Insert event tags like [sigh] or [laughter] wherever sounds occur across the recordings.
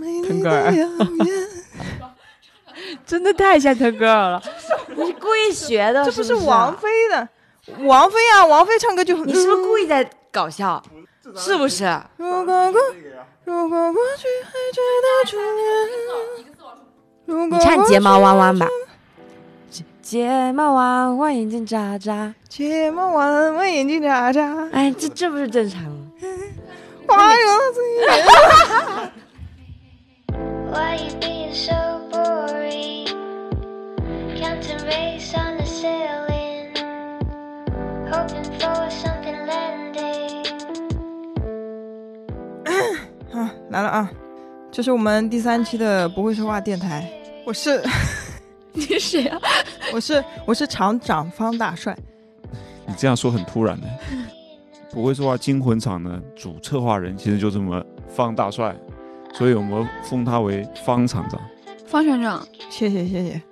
girl，真的太像 t girl 了。你故意学的，这不不是是王菲的，王菲啊，王菲唱歌就很。你是不是故意在搞笑？嗯是不是？如果过，如果过去还觉得初恋。如果你唱过睫毛弯弯吧。睫毛弯弯，眼睛眨眨，睫毛弯弯，眼睛眨眨，哎，这这不是正常吗？花有自己。 Why you being so boring? Counting rays on the ceiling, hoping for something landing. 啊，来了啊！这是我们第三期的不会说话电台，我是 [laughs] 你是谁啊？ [laughs] 我是我是厂长方大帅，你这样说很突然 [laughs] 呢、不会说话惊魂场的主策划人其实就是我们方大帅，所以我们封他为方厂长。方厂长，谢谢谢谢。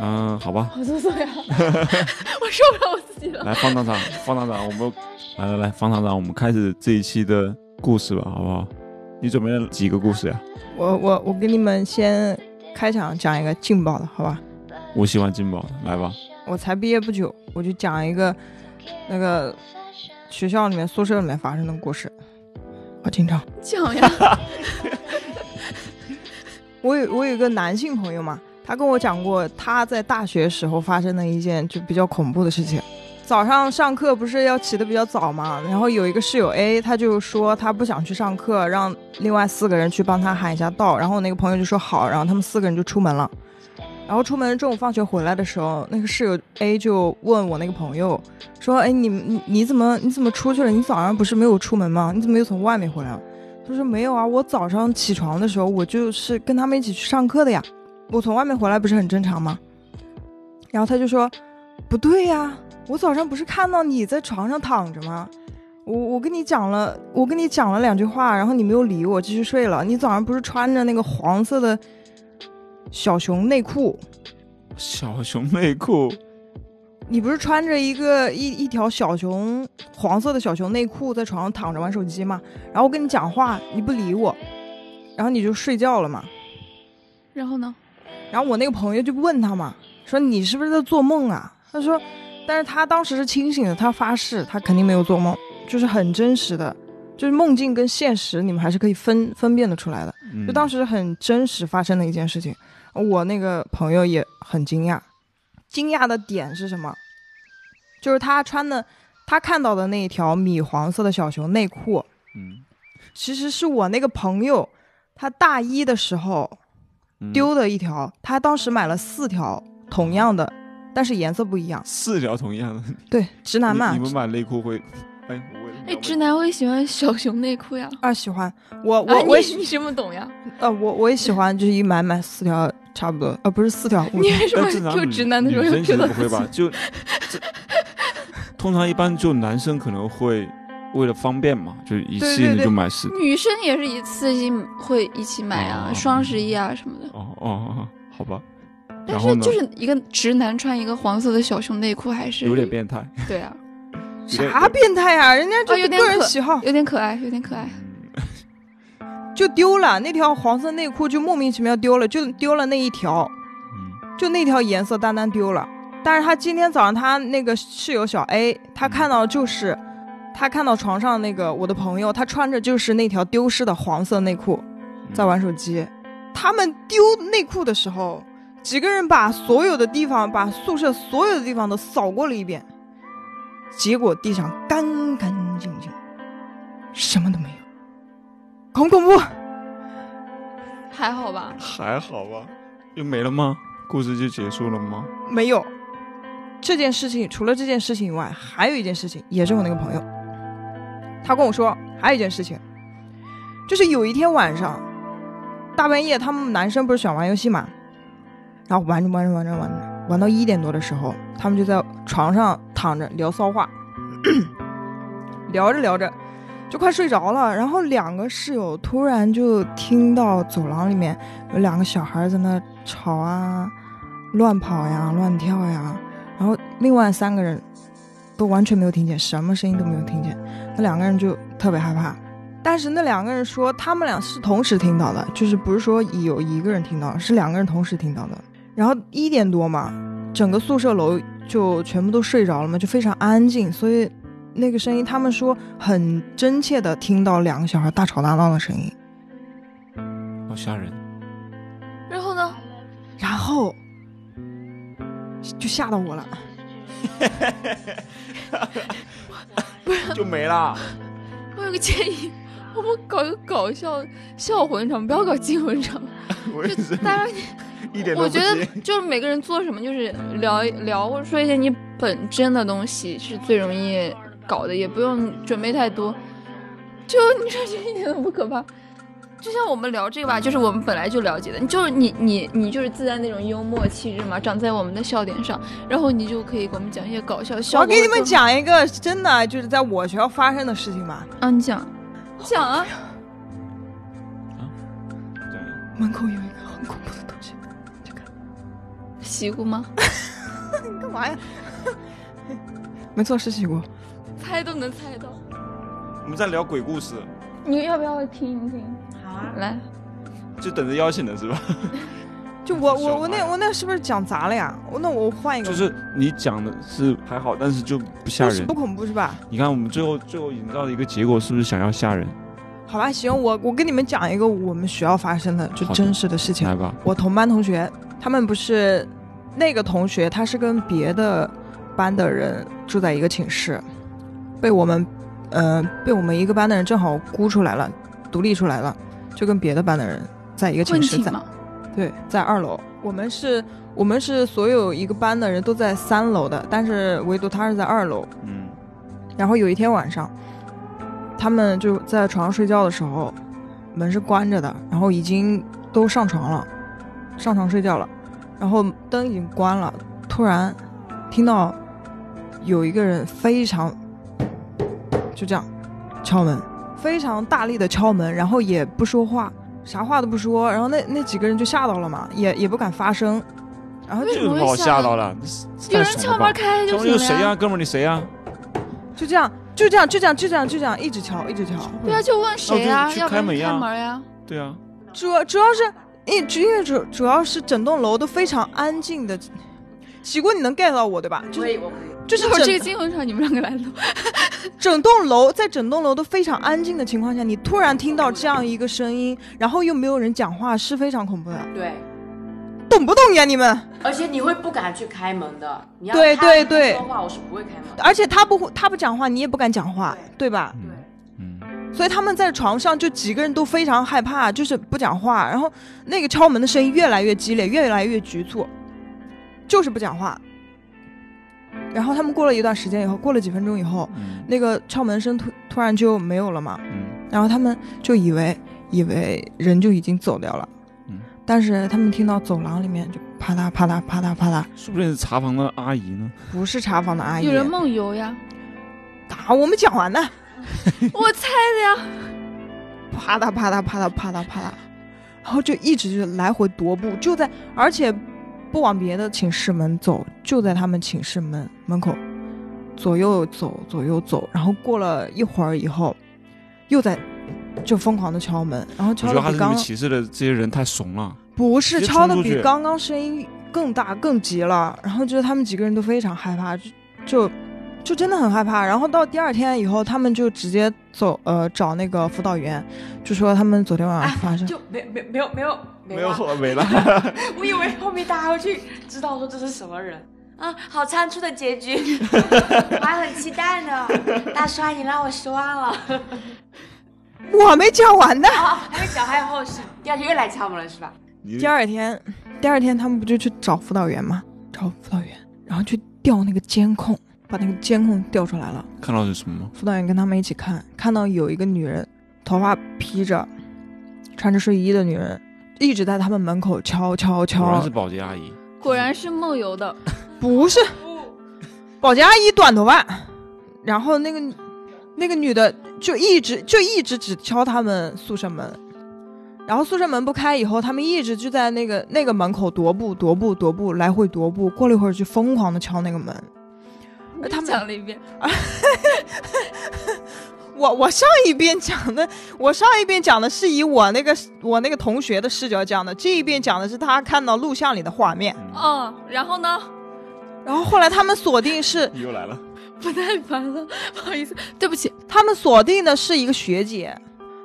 嗯，好吧，好做 [laughs] 作呀！我受不了我自己了。来方厂长，方厂长，我们来来来，方厂长，我们开始这一期的故事吧，好不好？你准备了几个故事呀、我我我给你们先开场讲一个劲爆的，好吧？我喜欢金宝，来吧。我才毕业不久，我就讲一个那个学校里面宿舍里面发生的故事。好紧张。讲呀，我有我有一个男性朋友嘛，他跟我讲过他在大学时候发生的一件就比较恐怖的事情。早上上课不是要起得比较早嘛，然后有一个室友 A，他就说他不想去上课，让另外四个人去帮他喊一下到。然后我那个朋友就说好，然后他们四个人就出门了。然后出门中午放学回来的时候，那个室友 A 就问我那个朋友说：“哎，你你你怎么你怎么出去了？你早上不是没有出门吗？你怎么又从外面回来了？”他说没有啊，我早上起床的时候，我就是跟他们一起去上课的呀。我从外面回来不是很正常吗？然后他就说，不对呀、我早上不是看到你在床上躺着吗？我我跟你讲了，我跟你讲了两句话，然后你没有理我，继续睡了。你早上不是穿着那个黄色的小熊内裤，小熊内裤，你不是穿着一个一一条小熊黄色的小熊内裤在床上躺着玩手机吗？然后我跟你讲话，你不理我，然后你就睡觉了嘛。然后呢？然后我那个朋友就问他嘛，说你是不是在做梦啊？他说，但是他当时是清醒的，他发誓他肯定没有做梦，就是很真实的，就是梦境跟现实你们还是可以分分辨得出来的，嗯就当时很真实发生的一件事情。我那个朋友也很惊讶，惊讶的点是什么？就是他穿的，他看到的那一条米黄色的小熊内裤，嗯其实是我那个朋友他大一的时候嗯丢的一条，他当时买了四条同样的，但是颜色不一样。四条同样的，对，直男嘛你你，们买内裤会，哎，我为什么哎要，问直男会喜欢小熊内裤呀？二啊喜欢我，我、啊我也你喜你什么懂呀？呃，我我也喜欢，就是一买买四条差不多，呃，不是四条，五你条。为什嗯么但正常 Q 女直男的时候女又生其 Q 实到不会吧？就这，通常一般就男生可能会为了方便嘛，就一对次性对的就对买四。 [laughs] 女生也是一次性会一起买啊，哦双十一啊什么的。哦哦哦，好吧。然但后是呢就，是一个直男穿一个黄色的小熊内裤，还是有点变态。对啊，有点啥？变态啊！人家就哦有是点个人可喜好，有点可爱，有点可爱。嗯就丢了那条黄色内裤，就莫名其妙丢了，就丢了那一条，嗯就那条颜色单单丢了。但是他今天早上他那个室友小 A，他看到就是，他看到床上那个我的朋友，他穿着就是那条丢失的黄色内裤，嗯在玩手机。他们丢内裤的时候，几个人把所有的地方，把宿舍所有的地方都扫过了一遍，结果地上干干净净，什么都没有，恐不恐怖？还好吧，嗯还好吧？就没了吗？故事就结束了吗？没有。这件事情除了这件事情以外，还有一件事情，也是我那个朋友，他跟我说还有一件事情，就是有一天晚上，大半夜他们男生不是喜欢玩游戏嘛，然后玩着玩着玩着玩着玩到一点多的时候，他们就在床上躺着聊骚话， [coughs] 聊着聊着就快睡着了，然后两个室友突然就听到走廊里面有两个小孩在那吵啊，乱跑呀，乱跳呀，然后另外三个人都完全没有听见，什么声音都没有听见。那两个人就特别害怕，但是那两个人说他们俩是同时听到的，就是不是说有一个人听到，是两个人同时听到的。然后一点多嘛，整个宿舍楼就全部都睡着了嘛，就非常安静，所以那个声音他们说很真切的听到两个小孩大吵大闹的声音。好吓人。然后呢？然后就吓到我了。就没啦。我有个建议， [laughs] 我们搞一个搞笑笑魂场，不要搞惊魂 [laughs] 场。我也是，大家一点都我不觉得接就是每个人做什么，就是聊一聊或者说一些你本真的东西是最容易搞的，也不用准备太多。就你说这一点都不可怕。就像我们聊这个吧，就是我们本来就了解的，你就是你你你就是自带那种幽默气质嘛，长在我们的笑点上，然后你就可以给我们讲一些搞笑。效我果给你们就讲一个真的，就是在我学校发生的事情吧。啊，你讲，你讲啊，啊门口有一个很恐怖的东西，洗过吗？干嘛呀？ [laughs] 没错，是洗过。猜都能猜到。我们在聊鬼故事，你要不要听一听？好啊，来，就等着邀请的是吧？就我小我我那孩我那是不是讲砸了呀？我那我换一个，就是你讲的是还好，但是就不吓不是人不。恐怖是吧？你看我们最后最后营造的一个结果，是不是想要吓人？好吧，行，我我跟你们讲一个我们学校发生的就好的真实的事情来。吧，我同班同学，他们不是那个同学，他是跟别的班的人住在一个寝室，被我们，呃，被我们一个班的人正好估出来了，独立出来了，就跟别的班的人在一个问寝室题在嘛，对，在二楼。我们是，我们是所有一个班的人都在三楼的，但是唯独他是在二楼。嗯，然后有一天晚上，他们就在床上睡觉的时候，门是关着的，然后已经都上床了，上床睡觉了，然后灯已经关了，突然听到有一个人非常就这样敲门，非常大力的敲门，然后也不说话，啥话都不说，然后那那几个人就吓到了嘛，也也不敢发声，然后为这什有么什会么好吓吓到到了？这是太有人爽敲了吧门开敲就啊门行又了谁呀、呀。哥们儿，你谁啊呀、就这样就这样就这样就这样就这样一直敲一直敲，对啊，就问那谁呀我就，去要不然开门就呀开门呀。对啊，主主要是，因主因为主主要是整栋楼都非常安静的。喜过你能 get 到我对吧？就是就是一会儿这整个惊魂场你们两个来录，整栋楼在整栋楼都非常安静的情况下，你突然听到这样一个声音，然后又没有人讲话，是非常恐怖的。对，懂不懂呀你们？而且你会不敢去开门的。你要对他对一直对说话我是不会开门的。而且他不会，他不讲话，你也不敢讲话，对吧？嗯嗯，所以他们在床上就几个人都非常害怕，就是不讲话。然后那个敲门的声音越来越激烈，越来越局促，就是不讲话。然后他们过了一段时间以后，过了几分钟以后，嗯那个敲门声突突然就没有了嘛。嗯然后他们就以为以为人就已经走掉了，嗯但是他们听到走廊里面就啪嗒啪嗒啪嗒啪嗒，说不定是茶房的阿姨呢。不是茶房的阿姨，有人梦游 [laughs] 呀，打我们讲完呢，我猜的呀。啪嗒啪嗒啪嗒啪嗒啪嗒，然后就一直就来回踱步，就在而且不往别的寝室门走，就在他们寝室门门口左右走左右走，然后过了一会儿以后，又在就疯狂的敲门，然后我敲觉得的还比是你刚们寝室的这些人太怂了。不是直接敲的冲出比去刚刚声音更大更急了，然后就是他们几个人都非常害怕，就就就真的很害怕。然后到第二天以后，他们就直接走呃找那个辅导员，就说他们昨天晚上发生。就没没没有没有没啦，没 [laughs] 了。我以为后面大家会去知道说这是什么人。啊，好仓促的结 [laughs] 局，我还很期待呢。大帅，你让我失望了。我没讲完呢。啊，还有脚还有后续，第二天又来敲门了是吧？你第二天，第二天他们不就去找辅导员吗？找辅导员，然后去调那个监控，把那个监控调出来了。看到是什么吗？辅导员跟他们一起看，看到有一个女人，头发披着，穿着睡衣的女人，一直在他们门口敲敲果然敲是，保洁阿姨。果然是梦游的，不是，保洁阿姨短头发，然后那个那个女的就一直就一直只敲他们宿舍门，然后宿舍门不开以后，他们一直就在那个那个门口踱步踱步踱步来回踱步，过了一会儿就疯狂的敲那个门，而他们讲了一遍。我我上一遍讲的， [laughs] 我上一遍讲的是以我那个我那个同学的视角讲的，这一遍讲的是他看到录像里的画面，嗯哦，然后呢？然后后来他们锁定是你又来了，不耐烦了， [laughs] 不好意思，对不起。他们锁定的是一个学姐，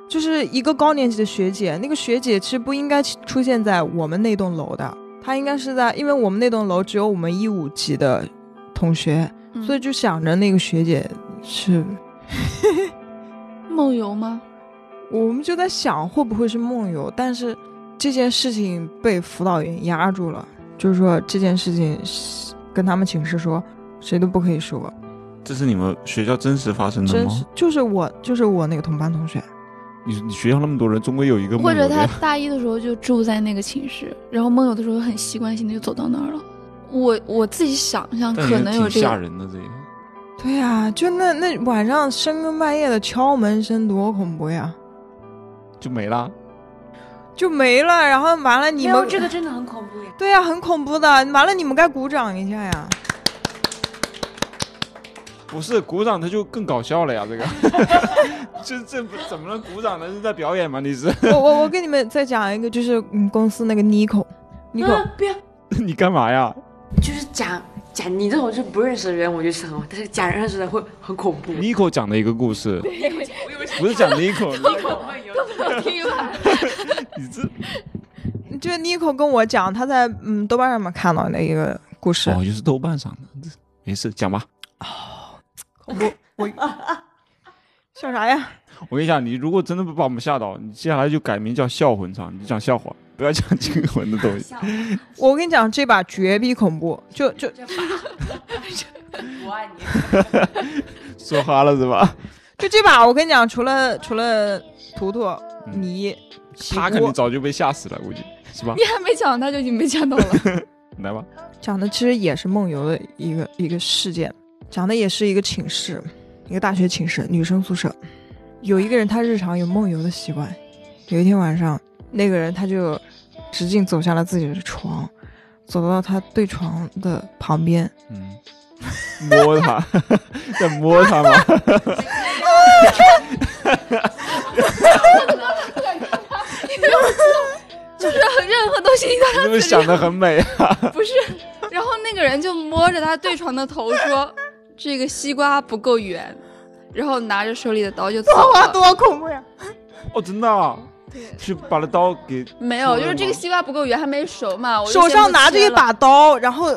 就是一个高年级的学姐。那个学姐其实不应该出现在我们那栋楼的，她应该是在，因为我们那栋楼只有我们一五级的同学，嗯所以就想着那个学姐是，梦游吗？我们就在想会不会是梦游，但是这件事情被辅导员压住了，就是说这件事情是跟他们寝室说，谁都不可以说，这是你们学校真实发生的真吗是？就是我就是我那个同班同学。你你学校那么多人，终归有一个或梦游者的他呀。大一的时候就住在那个寝室，然后梦游的时候很习惯性的就走到那儿了。我我自己想象但可也能有挺这吓个，人的这个。对呀、就那那晚上深更半夜的敲门声多恐怖呀！就没啦，就没了，然后完了你没有们这个真的很恐怖耶！对呀、很恐怖的。完了你们该鼓掌一下 [laughs] 呀！不是鼓掌，他就更搞笑了呀！这个， [laughs] 这这不怎么能鼓掌呢？是在表演吗？你是 [laughs] 我我我给你们再讲一个，就是嗯公司那个 Nico，Nico，、啊，不要，你干嘛呀？就是讲讲你这种就不认识的人，我觉得是很好，但是讲认识的会很恐怖。 Nico 讲的一个故事，不是讲 Nico，你这就是 Nico 跟我讲他在嗯豆瓣上面看到的一个故事，哦，就是豆瓣上的，这没事讲吧。笑啥呀？我跟你讲，你如果真的不把我们吓倒，你接下来就改名叫笑魂场，你就讲笑话，不要讲惊魂的 [laughs] 东西。笑，我跟你讲，这把绝逼恐怖，就就这把， [laughs] 我爱你。说哈了是吧？就这把，我跟你讲，除了除了图图嗯你，西他肯定瓜早就被吓死了，估计是吧 [laughs] 你？ [laughs] 还没讲，他就已经被吓到了。 [laughs] 来吧，讲的其实也是梦游的一个一个事件，讲的也是一个寝室，一个大学寝室女生宿舍，有一个人他日常有梦游的习惯，有一天晚上，那个人他就直径走下了自己的床，走到他对床的旁边，嗯，摸他， [laughs] 在摸他 [laughs] 吗？就是任何东西一到你是不是想的很美？不是， [laughs] 然后那个人就摸着他对床的头 [laughs] 说：“这个西瓜不够 [laughs] 圆。”然后拿着手里的刀就走哇，了。多恐怖呀！哦，真的、啊，对去把那刀给没有，就是吗这个西瓜不够圆，还没熟嘛。我就手先上不拿着切一了，把刀，然后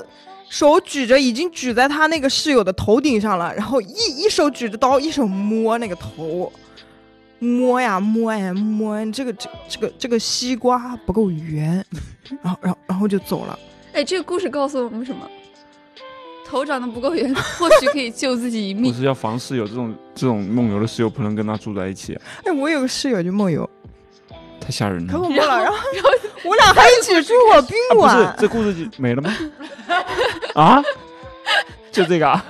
手举着，已经举在他那个室友的头顶上了，然后一一手举着刀，一手摸那个头，摸呀摸呀摸呀，这个这这个这个西瓜不够圆，然后然后然后就走了。哎，这个故事告诉我们什么？头长得不够 [laughs] 圆，或许可以救自己一不命。是要防室友这种这种梦游的室友不能跟他住在一起、啊哎，我有个室友就梦游，太吓人了。可啊、恐怖了，然后 [laughs] 然后我俩还一起住过宾不馆。是，这故事就没 [laughs] 了吗？啊，就这个、啊，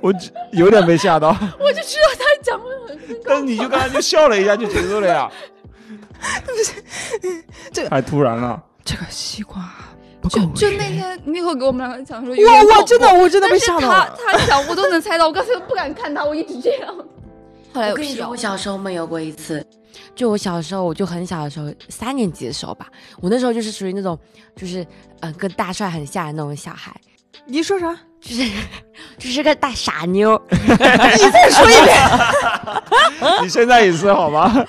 我只有点被 [laughs] 吓到，我就知道他讲不了。但是你就刚才就笑了一下就结束了呀， [laughs] 这个太突然了。这个西瓜不够就圆。就那天那会儿给我们两个讲说，哇哇，真的，我真的但被是吓到他了。他讲我都能猜到，我刚才都不 [laughs] 敢看他，我一直这样。后来我我跟睡你着说了我小时候梦游过一次，就我小时候，我就很小的时候，三年级的时候吧，我那时候就是属于那种，就是嗯、呃跟大帅很像的那种小孩，你说啥？就是就是个大傻妞。哎你再说一遍。 [laughs] 你现在也是好吗？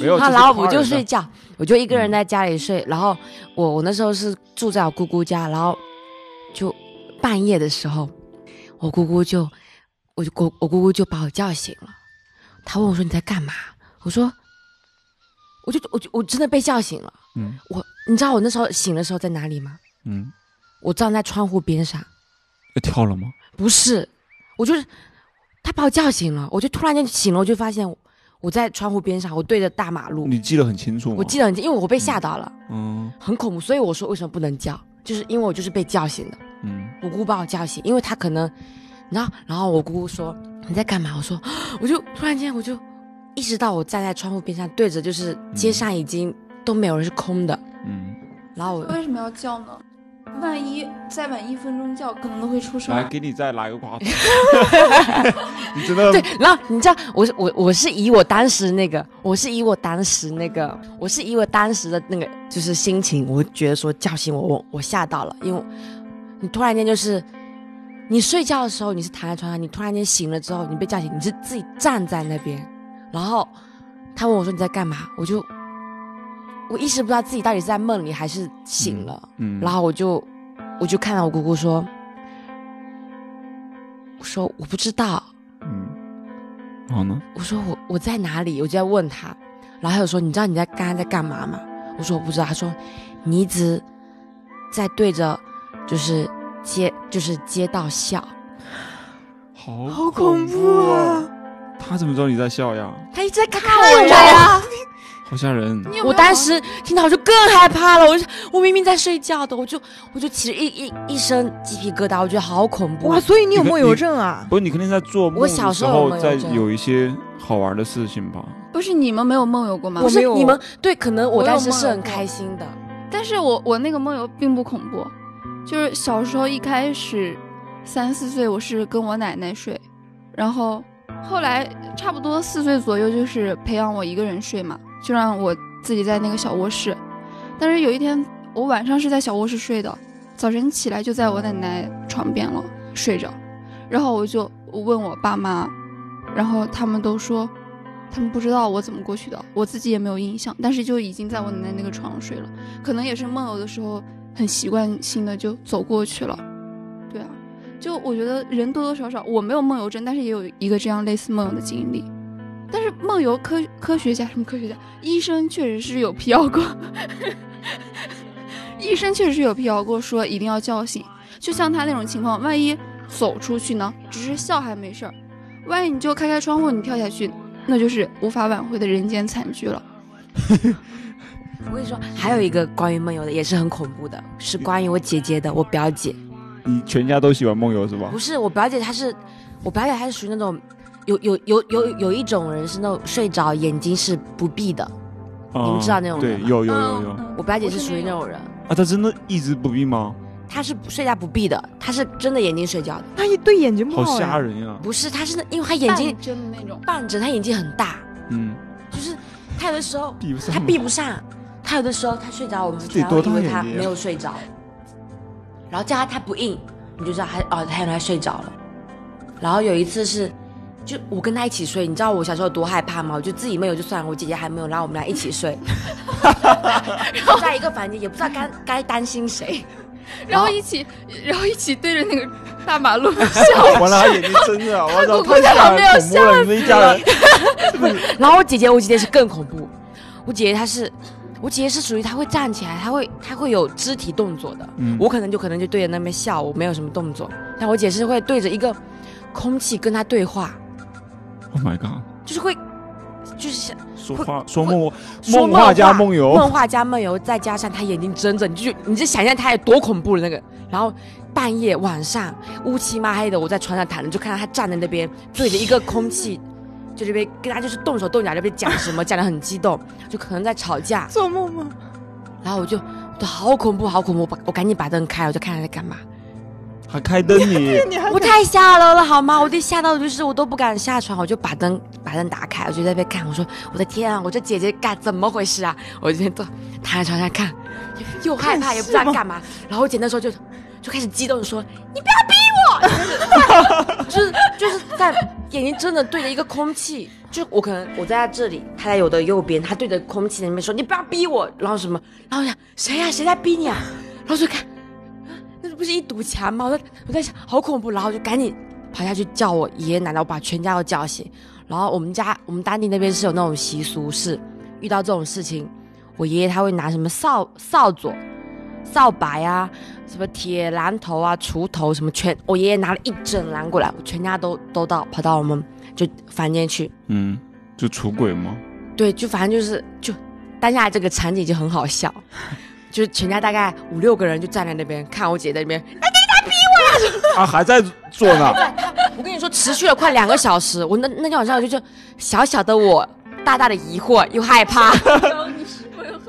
没有，他这然后夸我就人的嗯睡觉，我就一个人在家里睡。然后我我那时候是住在我姑姑家，然后就半夜的时候，我姑姑就我就我我姑姑就把我叫醒了，她问我说你在干嘛？我说我就我就我真的被叫醒了。嗯我你知道我那时候醒的时候在哪里吗？嗯，哎我站在窗户边上，跳了吗？不是，我就是她把我叫醒了，我就突然间醒了，我就发现我我在窗户边上，我对着大马路。你记得很清楚吗？我记得很清，因为我被吓到了，嗯很恐怖，所以我说为什么不能叫，就是因为我就是被叫醒的，嗯，我姑把我叫醒，因为她可能，然后然后我姑姑说你在干嘛？我说 [gasps] 我就突然间我就意识到我站在窗户边上，对着就是街上已经都没有人是空的，嗯，然后我为什么要叫呢？万一再晚一分钟叫，可能都会出事来儿。给你再来 [laughs] 个瓜子，你真 [laughs] 的对，然后你知道，我是我我是以我当时那个，我是以我当时那个，我是以我当时的那个就是心情，我觉得说叫醒我，我我吓到了，因为你突然间就是你睡觉的时候你是躺在床上，你突然间醒了之后你被叫醒，你是自己站在那边，然后他问我说你在干嘛，我就我一时不知道自己到底是在梦里还是醒了，嗯，然后我就我就看到我姑姑说，我说我不知道。嗯，然后呢？我说我我在哪里？我就在问他，然后他就说你知道你在刚刚在干嘛吗？我说我不知道。他说你一直在对着就是街就是街道笑。好好恐恐怖啊！他怎么知道你在笑呀？他一直在看我呀！好吓人！你有没我有当好时听到我就更害怕了，我就我明明在睡觉的，我就我就起了一一一身鸡皮疙瘩，我觉得好恐怖哇，。所以你有你可梦游症啊？不是你肯定在做梦我的小时时候有候梦游在症有一些好玩的事情吧？不是你们没有梦游过吗不？是没有你们对，可能我我有当时梦是游很过开心的。但是我我那个梦游并不恐怖，就是小时候一开始三四岁我是跟我奶奶睡，然后后来差不多四岁左右就是培养我一个人睡嘛，就让我自己在那个小卧室。但是有一天我晚上是在小卧室睡的，早晨起来就在我奶奶床边了睡着，然后我就问我爸妈，然后他们都说。他们不知道我怎么过去的，我自己也没有印象，但是就已经在我奶奶那个床上睡了。可能也是梦游的时候很习惯性的就走过去了。对啊，就我觉得人多多少少，我没有梦游症，但是也有一个这样类似梦游的经历。但是梦游科科学家什么科学家，医生确实是有辟谣过， [laughs] 医生确实是有辟谣过，说一定要叫醒。就像他那种情况，万一走出去呢，只是笑还没事儿，万一你就开开窗户你跳下去，那就是无法挽回的人间惨剧了。我跟你说，还有一个关于梦游的也是很恐怖的，是关于我姐姐的，我表姐。你全家都喜欢梦游是吧不？是，我表姐她是，我表姐她是属于那种，有有有有有一种人是那种睡着眼睛是不闭的，啊你们知道那种对，人吗嗯有有有有啊！我表姐是属于那种人，他真的一直不闭吗？她是不睡觉不闭的，她是真的眼睛睡觉的，他一对眼睛不好好呀吓人呀！不是，她是那因为她眼眼睛睛真的那种。半着，她眼睛很大，嗯，就是她有的时候闭不上她吗闭不上，她有的时候她睡着，我们这得然后多以大为眼她睛啊没有睡着，然后叫她她不应，你就知道她哦，她原来睡着了。然后有一次是，就我跟她一起睡，你知道我小时候有多害怕吗？我就自己没有就算了，我姐姐还没有，然后我们俩一起 [laughs] 睡，然后在一个房间，也不知道该该担心谁。然后一起，然后一起对着那个大马路 [laughs] 笑。 [laughs] 完了，他眼睛睁着，啊我操，我太快吓想没有人，恐怖了！你们一家人， [laughs] [laughs] 然后我姐姐，我姐姐是更恐怖。我姐姐她是，我姐姐是属于她会站起来，她会她会有肢体动作的。嗯我可能就可能就对着那边笑，我没有什么动作。但我姐是会对着一个空气跟她对话， ，Oh my god，就是会，就是像说会话说梦说梦话加梦梦游梦话加梦游，再加上她眼睛睁着，你就你就想象她有多恐怖了那个。然后半夜晚上乌漆嘛黑的，我在床上躺着，就看到她站在那边对着一个空气。就这边跟她就是动手动脚，这边讲什么讲的很激动，就可能在吵架，做梦吗？然后我就，我就好恐怖，好恐怖！我把我赶紧把灯开，我就看他在干嘛。还开 [laughs] 灯你，你还我太吓人了，好吗？我被吓到，就是我都不敢下床，我就把灯把灯打开，我就在那边看。我说我的天啊，我这姐姐干怎么回事啊？我就坐躺在床上看，又又害怕也不知道干嘛。然后我姐那时候就就开始激动地说：“你不要逼我！”就是就是在眼睛真的对着一个空气，就我可能我在她这里，她在我的右边，她对着空气那边说：“你不要逼我。”然后什么？然后我想谁呀、谁在逼你啊？然后就看。那不是一堵墙吗？我在我在想，好恐怖，然后我就赶紧跑下去叫我爷爷奶奶，我把全家都叫醒。然后我们家我们当地那边是有那种习俗，是遇到这种事情，我爷爷他会拿什么扫扫帚、扫把呀、什么铁榔头啊、锄头什么全，我爷爷拿了一整篮过来，我全家都都到跑到我们就房间去，嗯，就出轨吗？对，就反正就是就当下这个场景就很好笑，就是全家大概五六个人就站在那边看我姐在那边啊，还在做 [laughs] 呢，我跟你说，持续了快两个小时。我那那天晚上我就就小小的我，大大的疑惑又害怕，然后你是我有很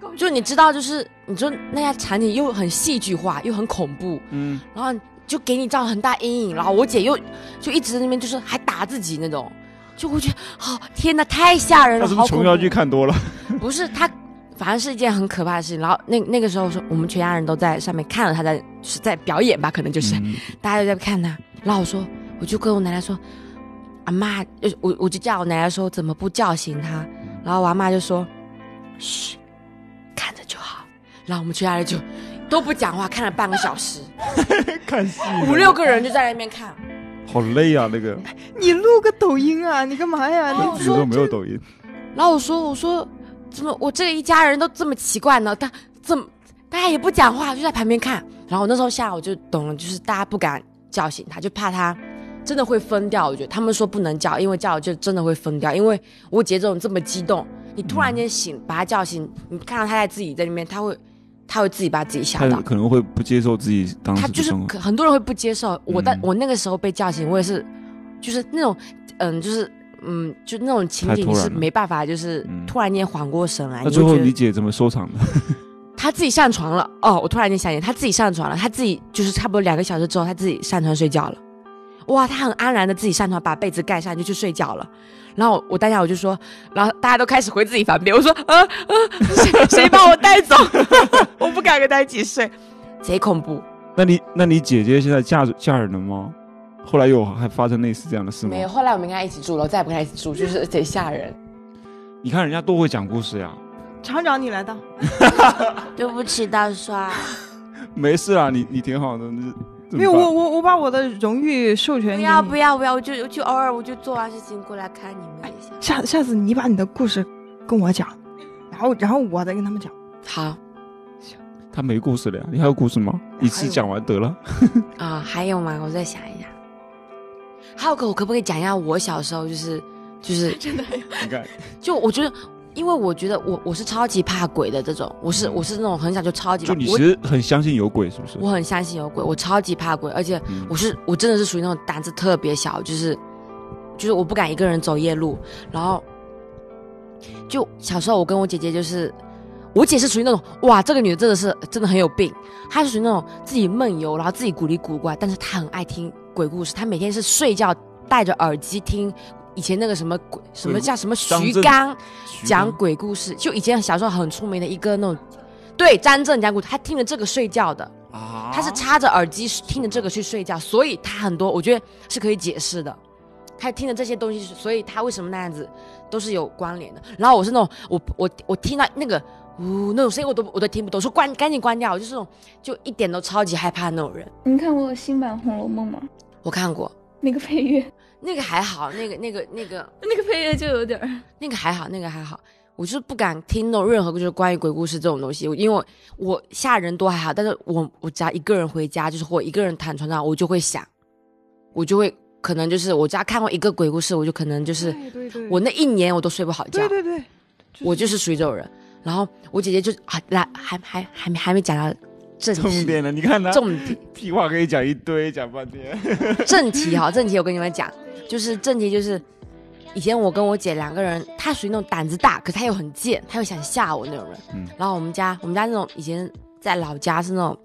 多，我就你知道，就是你说那家场景又很戏剧化，又很恐怖，嗯，然后就给你造成很大阴影。然后我姐又就一直在那边就是还打自己那种，就会觉得好、天哪，太吓人那了，是好不是恐琼瑶剧怖。看多 [laughs] 了？不是她，反正是一件很可怕的事情。然后那那个时候是我们全家人都在上面看了她在是在表演吧，可能就是、嗯大家都在看她。然后我说，我就跟我奶奶说，阿妈，呃我我就叫我奶奶说怎么不叫醒她，然后我阿妈就说，嘘，看着就好。然后我们全家人就都不讲话，看了半个小时，看戏五六个人就在那边看。好累啊，那个你录个抖音啊？你干嘛呀？哦你我有时说候没有抖音，然后我说我说怎么我这一家人都这么奇怪呢？他怎么大家也不讲话，就在旁边看。然后我那时候下午就懂了，就是大家不敢叫醒他，就怕他真的会疯掉。我觉得他们说不能叫，因为叫了就真的会疯掉。因为我姐这种这么激动，你突然间醒，把他叫醒，你看到他在自己在那边，他会他会自己把自己吓他到。可能会不接受自己当他时就的是生活。可很多人会不接受。我在、嗯我那个时候被叫醒，我也是，就是那种，嗯，就是嗯，就那种情太景突你然是了没办法，就是嗯突然间缓过神来。那你最会后觉得你姐怎么收场的？他自己上床了，哦，我突然间想起来，他自己上床了，他自己就是差不多两个小时之后，他自己上床睡觉了。哇，他很安然的自己上床，把被子盖上就去睡觉了。然后我当下我就说，然后大家都开始回自己房间，我说，呃呃，谁谁把我带走？ [laughs] 我不敢跟他一起睡，贼恐怖。那你那你姐姐现在嫁嫁人了吗？后来有还发生类似这样的事吗？没有，后来我们跟他一起住了，我再也不跟他一起住，就是贼吓人。你看人家多会讲故事呀。厂长你来当。对不起，大刷，嗯没事啦，你你挺好的。你没有，我我我把我的荣誉授权给不嗯你。要不要不要，我就我就偶尔我就做完事情过来看你们一下。下下次你把你的故事跟我讲，然后然后我再跟他们讲。哎好他没故事了呀，你还有故事吗？一次讲完得 [laughs] 了。啊、还有吗？我再想一下。还有个，我可不可以讲一下我小时候就是就是真的你看，就我觉得，因为我觉得我我是超级怕鬼的这种，我是我是那种很小就超级怕嗯就你其我实很相信有鬼，是不是？我很相信有鬼，我超级怕鬼，而且嗯我是我真的是属于那种胆子特别小，就是就是我不敢一个人走夜路，然后就小时候我跟我姐姐就是。我姐是属于那种哇，这个女的真的是真的很有病，她是属于那种自己梦游，然后自己古里古怪，但是她很爱听鬼故事，她每天是睡觉戴着耳机听以前那个什么鬼什么鬼故叫什么张徐震刚徐讲峥鬼故事，就以前小时候很出名的一个那种，对张震讲鬼，他听着这个睡觉的，啊，他是插着耳机听着这个去睡觉，所以他很多我觉得是可以解释的。他听着这些东西，所以他为什么那样子都是有关联的。然后我是那种我我我听到那个呜那种声音我都我都听不懂，我说关赶紧关掉，我就是那种就一点都超级害怕那种人。你看过新版《红楼梦》吗？我看过那个配乐，那个还好，那个那个那个那个配乐就有点儿那个还好，那个还好，我就是不敢听那种任何就是关于鬼故事这种东西，因为我我吓人多还好，但是我我只要一个人回家，就是或一个人躺床上，我就会想，我就会可能就是我只要看过一个鬼故事，我就可能嗯就是对对对我那一年我都睡不好觉，对对对，我就是属于这种人。然后我姐姐就啊，来还还还没还没讲到正重题，点了。你看他重点。屁话可以讲一堆，讲半天。正题哈，正题我跟你们讲，就是正题就是，以前我跟我姐两个人，她属于那种胆子大，可她又很贱，她又想吓我那种人。嗯然后我们家我们家那种以前在老家是那种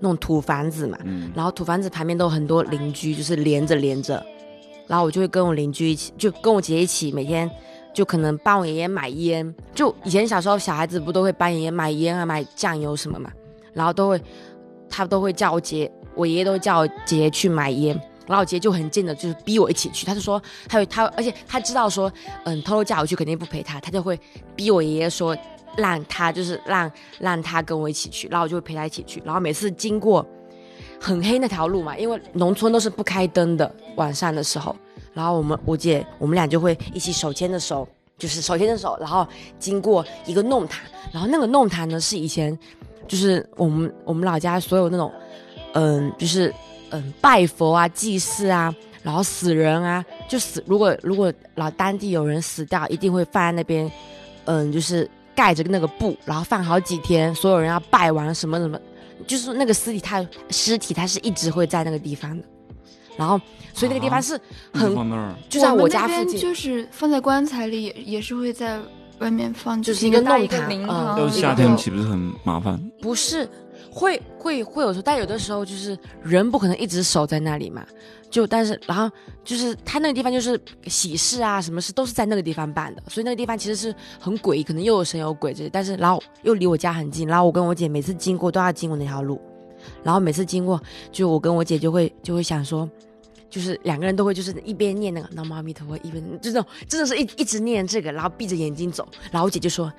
那种土房子嘛，嗯，然后土房子旁边都有很多邻居，就是连着连着，然后我就会跟我邻居一起，就跟我姐姐一起，每天就可能帮我爷爷买烟。就以前小时候小孩子不都会帮爷爷买烟啊、买酱油什么嘛，然后都会他都会叫我姐，我爷爷都会叫我姐姐去买烟。然后我姐姐就很贱的，就是逼我一起去。她就说，还有她，而且她知道说，嗯，偷偷叫我去肯定不陪她，她就会逼我爷爷说，让她就是让让她跟我一起去，然后我就会陪她一起去。然后每次经过很黑那条路嘛，因为农村都是不开灯的，晚上的时候。然后我们我姐我们俩就会一起手牵着手，就是手牵着手，然后经过一个弄堂，然后那个弄堂呢是以前就是我们我们老家所有那种，嗯，就是嗯拜佛啊、祭祀啊，然后死人啊，就死如果如果老当地有人死掉，一定会放在那边，嗯，就是盖着那个布，然后放好几天，所有人要拜完什么什么，就是那个尸体它尸体它是一直会在那个地方的，然后所以那个地方啊是一直很嗯放那儿，就在我们家那附边近，就是放在棺材里也也是会在外面放就是一个大弄一个堂灵嗯堂，要都是一夏个天岂不是很麻烦？不是会会会有时候，但有的时候就是人不可能一直守在那里嘛，就但是然后就是他那个地方就是喜事啊，什么事都是在那个地方办的，所以那个地方其实是很诡异，可能又有神有鬼这些，但是然后又离我家很近，然后我跟我姐每次经过都要经过那条路，然后每次经过就我跟我姐就会就会想说。就是两个人都会，就是一边念那个“南无阿弥陀佛”，一边就这种，真的是一一直念这个，然后闭着眼睛走。然后我姐就说：“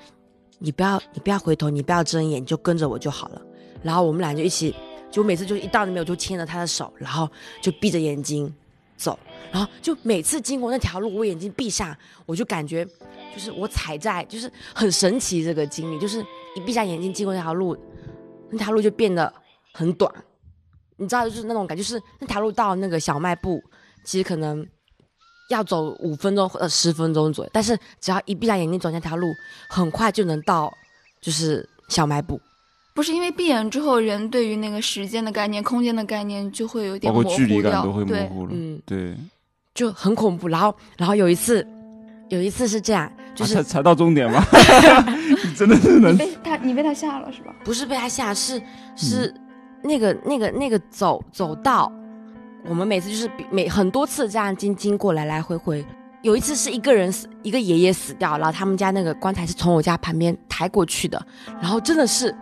你不要，你不要回头，你不要睁眼，你就跟着我就好了。然后我们俩就一起，就每次就一到那边我就牵着他的手，然后就闭着眼睛走，然后就每次经过那条路，我眼睛闭上，我就感觉就是我踩在，就是很神奇这个经历，就是一闭上眼睛经过那条路，那条路就变得很短，你知道就是那种感觉，就是那条路到那个小卖部，其实可能。要走五分钟或者十分钟左右，但是只要一闭上眼睛走那条路，很快就能到，就是小卖部。不是因为闭眼之后，人对于那个时间的概念、空间的概念就会有包点括模糊距离感掉都会模对糊了。嗯，对，就很恐怖。然后，然后有一次，有一次是这样，就是、啊才才到 [laughs] 终点吗？你真的是能被哎他，你被他吓了是吧？不是被他吓，是是那个、那个那个走走道，我们每次就是比每很多次这样经经过来来回回。有一次是一个人死，一个爷爷死掉，然后他们家那个棺材是从我家旁边抬过去的，然后真的是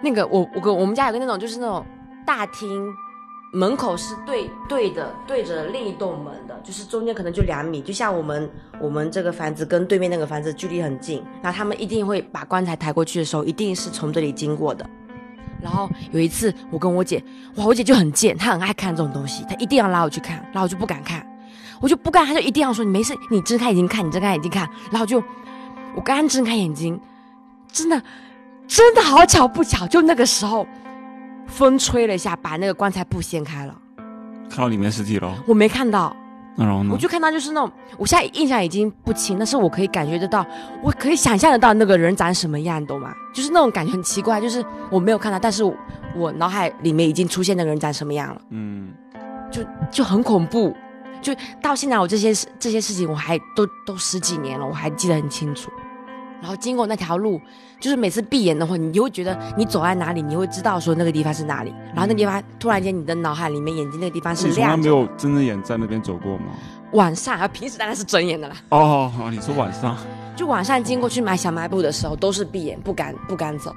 那个我我跟我们家有个那种就是那种大厅。门口是对对的，对着另一栋门的，就是中间可能就两米，就像我们我们这个房子跟对面那个房子距离很近，那他们一定会把棺材抬过去的时候，一定是从这里经过的。然后有一次，我跟我姐，哇，我姐就很贱，她很爱看这种东西，她一定要拉我去看，然后我就不敢看，我就不敢，她就一定要说你没事，你睁开眼睛看，你睁开眼睛看，然后我就我刚睁开眼睛，真的真的好巧不巧，就那个时候风吹了一下，把那个棺材布掀开了， [laughs] 看到里面尸体了。我没看到，那然后呢我？就看到就是那种，我现在印象已经不清，但是我可以感觉得到，我可以想象得到那个人长什么样，你懂吗？就是那种感觉很奇怪，就是我没有看到，但是我我脑海里面已经出现那个人长什么样了，嗯，就很恐怖。就到现在，我这些事这些事情我还都都十几年了，我还记得很清楚。然后经过那条路，就是每次闭眼的话，你就会觉得你走在哪里，你会知道说那个地方是哪里。然后那地方突然间你的脑海里面眼睛那个地方是嗯你从来亮没着，有睁着眼在那边走过吗？晚上啊，平时当然是睁眼的啦。哦，哦你是晚上，就晚上经过去买小卖部的时候，都是闭眼不敢不敢走。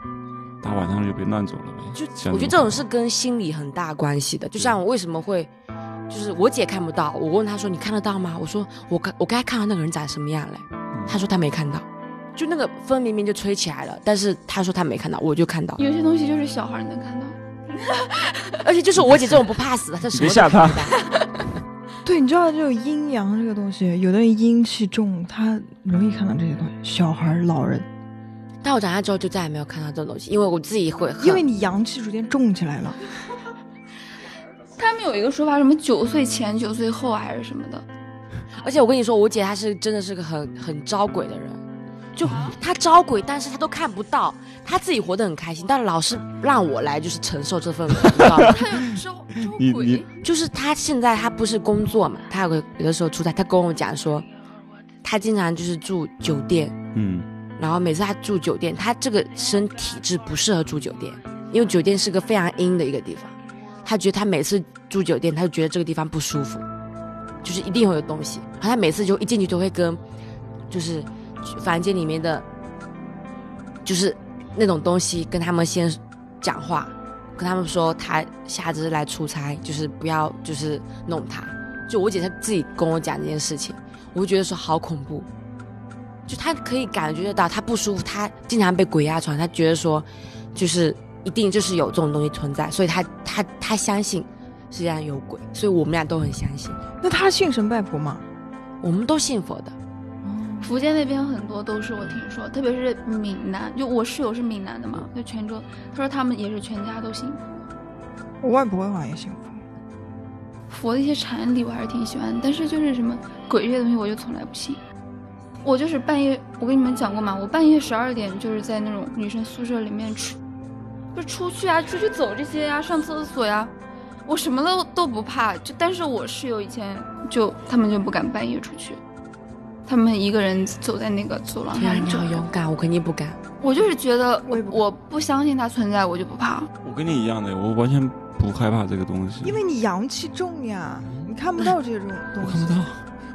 大晚上就别乱走了呗。就想我觉得怎这么种是跟心理很大关系的。就像我为什么会，就是我姐看不到，我问她说你看得到吗？我说我刚我刚才看到那个人长什么样嘞嗯，她说她没看到。就那个风明明就吹起来了，但是她说她没看到，我就看到。有些东西就是小孩能看到。而且就是我姐这种不怕死的，她什么别都吓她看不到。对，你知道这种阴阳这个东西，有的人阴气重，他容易看到这些东西，小孩儿、老人，但我长大之后就再也没有看到这种东西，因为我自己会很因为你阳气逐渐重起来了。他们有一个说法，什么九岁前、九岁后啊还是什么的，而且我跟你说，我姐她是真的是个很很招鬼的人，就她招鬼，但是她都看不到，她自己活得很开心，但老是让我来就是承受这份苦，你知道吗？他有 [laughs] 招招你鬼你， [laughs] 就是她现在她不是工作嘛，她有个有的时候出差，她跟我讲说，她经常就是住酒店，嗯，然后每次她住酒店，她这个身体质不适合住酒店，因为酒店是个非常阴的一个地方，她觉得她每次住酒店，她就觉得这个地方不舒服，就是一定会有东西。然后她每次就一进去都会跟，就是房间里面的，就是那种东西跟他们先讲话，跟他们说她下次来出差，就是不要就是弄她。就我姐她自己跟我讲这件事情，我就觉得说好恐怖。就她可以感觉得到她不舒服，她经常被鬼压床，她觉得说，就是一定就是有这种东西存在，所以她她她相信世界上有鬼，所以我们俩都很相信，那他信神拜佛吗？我们都信佛的。嗯福建那边很多都是我听说，特别是闽南，就我室友是闽南的嗯嘛，就泉州，他说他们也是全家都信佛。我外婆好像也信佛。佛的一些禅理我还是挺喜欢的，但是就是什么鬼这些东西我就从来不信。我就是半夜，我跟你们讲过嘛，我半夜十二点就是在那种女生宿舍里面出，不是出去啊，出去走这些呀、上厕所呀、我什么都都不怕。就但是我室友以前就他们就不敢半夜出去，他们一个人走在那个走廊天啊，上你就好勇敢，我肯定不敢。我就是觉得我我也不我不相信它存在，我就不怕。我跟你一样的，我完全不害怕这个东西，因为你阳气重呀，你看不到这种东我西。看不到，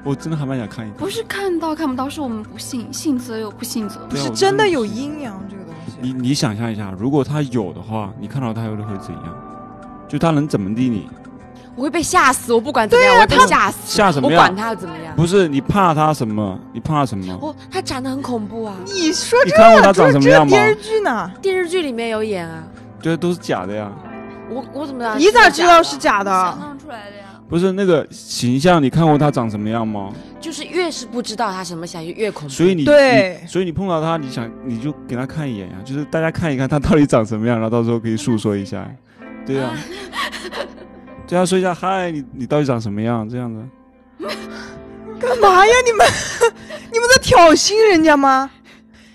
我真的还蛮想看一看。不是看到看不到，是我们不信，信则有，不信则无。对啊是我真的不有信阴阳这个东西。你你想象一下，如果他有的话，你看到他又会怎样？就他能怎么地你？我会被吓死，我不管怎么样，我会被吓死，吓什么我样管他怎么啊样。不是你怕他什么？你怕什么？哦，他长得很恐怖啊，你说你看过他长这什么这样吗？电视剧呢？电视剧里面有演啊。对，都是假的呀。我我怎么知道？你咋知道是？假想的？象出来的呀，不是那个形象，你看过他长什么样吗？就是越是不知道他什么想，就越恐怖。所以你对你所以你碰到他，你想你就给他看一眼呀、就是大家看一看他到底长什么样，然后到时候可以诉说一下。[laughs] 对呀、对啊，说一下嗨，你你到底长什么样？这样子，干嘛呀？你们 [laughs] 你们在挑衅人家吗？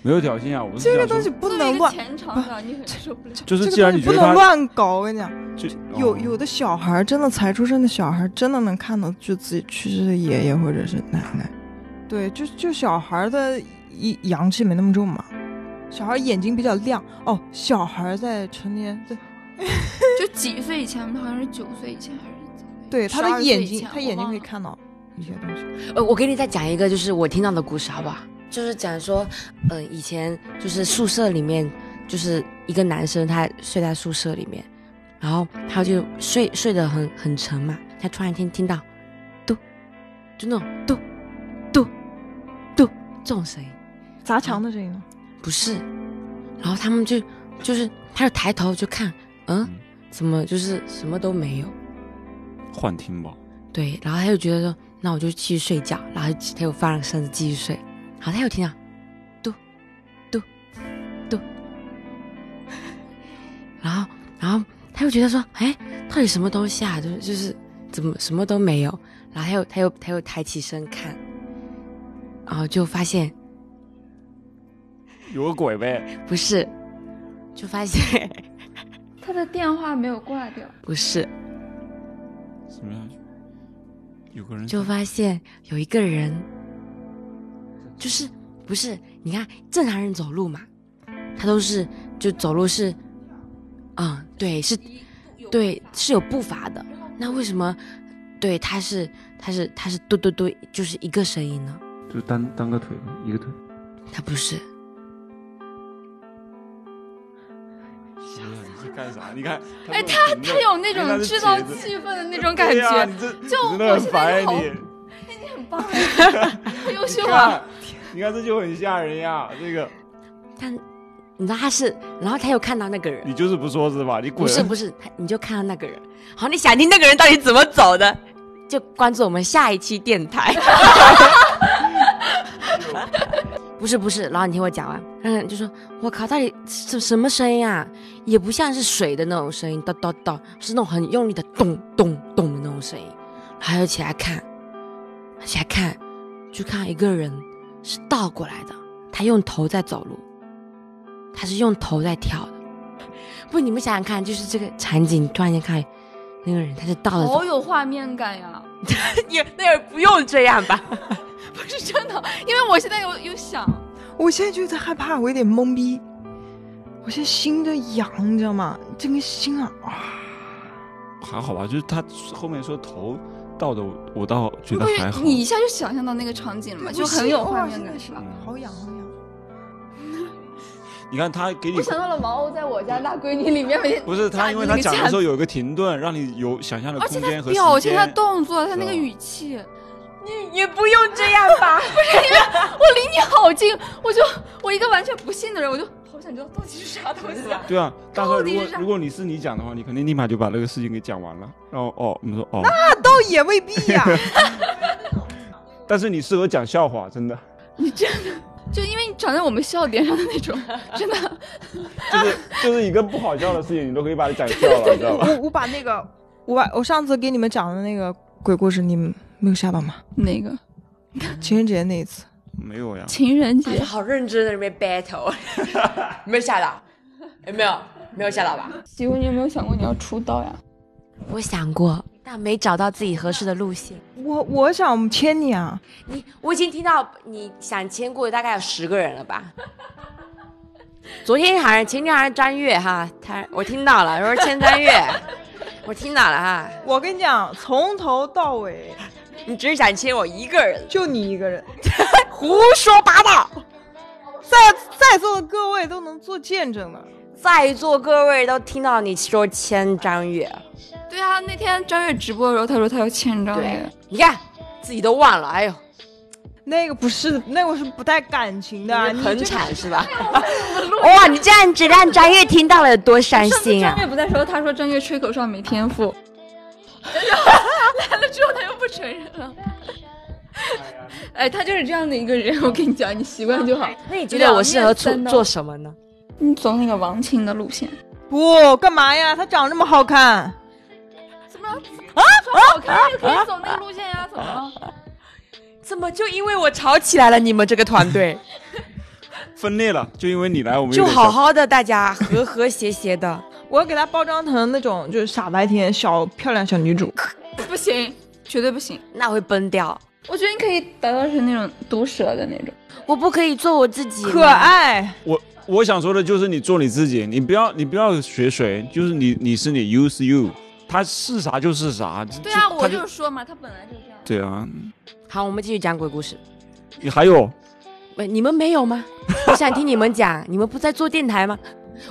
没有挑衅啊，我是这想个说，东西不作为能一个乱，前场的你很受不了。就是这既个然东你西觉不得能他乱搞。我跟你讲，就有哦有的小孩真的才出生的小孩，真的能看到就自己去世的爷爷或者是奶奶。对，就就小孩的一阳气没那么重嘛，小孩眼睛比较亮。哦，小孩在成年对就几岁以前，我们好像是九岁以前还是几岁？对他12的岁眼以睛前，他眼睛可以。我忘了看到一些东西。呃，我给你再讲一个，就是我听到的故事，好不好？就是讲说，嗯、以前就是宿舍里面，就是一个男生，他睡在宿舍里面，然后他就睡睡得很很沉嘛，他突然间听到嘟，就那种嘟嘟嘟这种声音，砸墙的声音吗？不是，然后他们就就是他就抬头就看，嗯嗯，怎么就是什么都没有。幻听吧，对，然后他就觉得说，那我就继续睡觉，然后他又翻了身子继续睡，然后他又听到，嘟，嘟，嘟， [laughs] 然后然后他又觉得说，哎，到底什么东西啊？就是就是怎么什么都没有，然后他又他又他又抬起身看，然后就发现有个鬼呗。不是，就发现 [laughs] 他的电话没有挂掉，不是，什么样？有个人就发现有一个人，就是不是？你看正常人走路嘛，他都是就走路是，嗯，对，是，对，是有步伐的。那为什么对他是他是他是嘟嘟嘟，就是一个声音呢？就是单单个腿嘛，一个腿。他不是，你是干啥？你看，哎，他他有那因为种他是制造茄子气氛的那种感觉，啊你这就你真的我很现烦在哎就好你。很棒， [laughs] 很优你秀啊看！，你看这就很吓人呀！这个但你知道他是，然后他又看到那个人，你就是不说是吧？你不滚！是不是，他你就看到那个人，好，你想听那个人到底怎么走的，就关注我们下一期电台。 [laughs] 不是不是，然后你听我讲完，嗯，就说我靠，到底什什么声音啊？也不像是水的那种声音，咚咚咚，是那种很用力的咚咚咚的那种声音。然后又起来看，起来看，就看到一个人是倒过来的，他用头在走路，他是用头在跳的。不，你们想想看，就是这个场景，突然间看那个人，他是倒着走好，有画面感呀！ [laughs] 你那也不用这样吧？不是真的，因为我现在有有想，我现在就在害怕，我有点懵逼，我现在心在痒，你知道吗？这个心啊，哇还好吧，就是他后面说头倒的，我我倒觉不得还是好。你一下就想象到那个场景了嘛，就很有画面感，是是吧？好痒，好痒。你看他给你我想到了王鸥在我家大闺女里面每天，不是他，因为他讲的时候有一个停顿，让你有想象的而且空间他和表时情、他间。动作、他是那个吧语气，你也不用这样 [laughs] 吧？我离你好近，我就我一个完全不信的人，我就好想知道到底是啥东西啊！对啊，大帅，到如底果是啥如果你是你讲的话，你肯定立马就把那个事情给讲完了。然后哦，我们说哦，倒也未必呀、但是你适合讲笑话，真的， [laughs] 就因为你长在我们笑点上的那种，真的，就是就是一个不好笑的事情，你都可以把它讲笑了，你知道吧？我我把那个，我把我上次给你们讲的那个鬼故事，你们没有吓到吗？那个情人节那一次，没有呀，情人节好认真的那边 battle，没有吓到，有没有没有吓到吧？喜欢你有没有想过你要出道呀？我想过，但没找到自己合适的路线。我我想牵你啊，你我已经听到你想牵过的大概有十个人了吧？ [laughs] 昨天好像前天好像张悦哈，他我听到了，说牵张悦， [laughs] 我听到了哈，我跟你讲，从头到尾你只是想牵我一个人，就你一个人，胡说八道。在在座的各位都能做见证了。在座各位都听到你说牵张悦，对啊，那天张悦直播的时候，他说他要欠张悦，你看自己都忘了，哎 [laughs] 呦，那个不是，那个是不带感情的，啊你很这个惨是 [laughs] 吧？哇，你这样子让张悦听到了有多伤上次心张啊！悦不在时候，他说张悦吹口哨没天赋，然后来了之后他又不承认了。哎，他就是这样的一个人，我跟你讲，你习惯就好。那你觉得我适合做两面三刀做什么呢？你走那个王琴的路线，不干嘛呀？他长这么好看，怎么了？啊，好看就可以走那个路线呀？怎么了？怎么就因为我吵起来了？你们这个团 [laughs] 队分裂了，就因为你来，我们有就点好小好的，大家和和谐谐 [laughs] 的。我要给他包装成那种就是傻白甜小漂亮小女主。不行，绝对不行。那会崩掉。我觉得你可以打造成那种毒舌的那种。我不可以做我自己吗，可爱，我我想说的就是你做你自己，你不要你不要学谁，就是你你是你，you 是 you，他是啥就是啥。对啊，他我就说嘛，他本来就这样。对啊，好，我们继续讲鬼故事。你还有喂，你们没有吗？ [laughs] 我想听你们讲，你们不在做电台吗？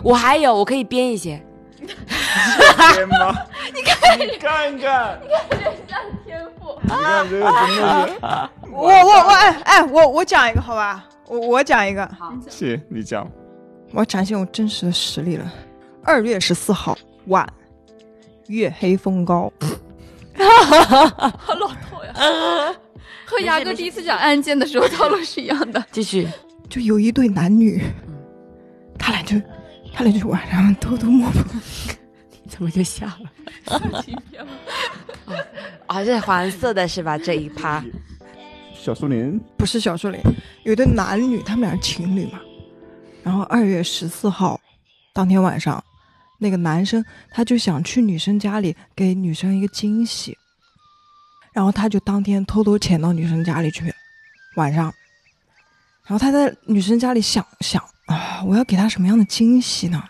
我还有，我可以编一些。天吗？你看你看看，你看这个真的是，我我我哎哎，我我讲一个好吧，我我讲一个，谢谢你讲，我要展现我真实的实力了。二月十四号晚，月黑风高，好老套呀！和牙哥第一次讲案件的时候套路是一 [laughs] 样的。继续，就有一对男女，他俩就他俩就晚上偷偷摸摸，怎么就笑了？我啊、这是黄色的是吧？这一趴，小树林不是小树林，有一对男女，他们俩是情侣嘛。然后二月十四号当天晚上，那个男生他就想去女生家里给女生一个惊喜，然后他就当天偷偷潜到女生家里去，晚上，然后他在女生家里想想啊，我要给她什么样的惊喜呢？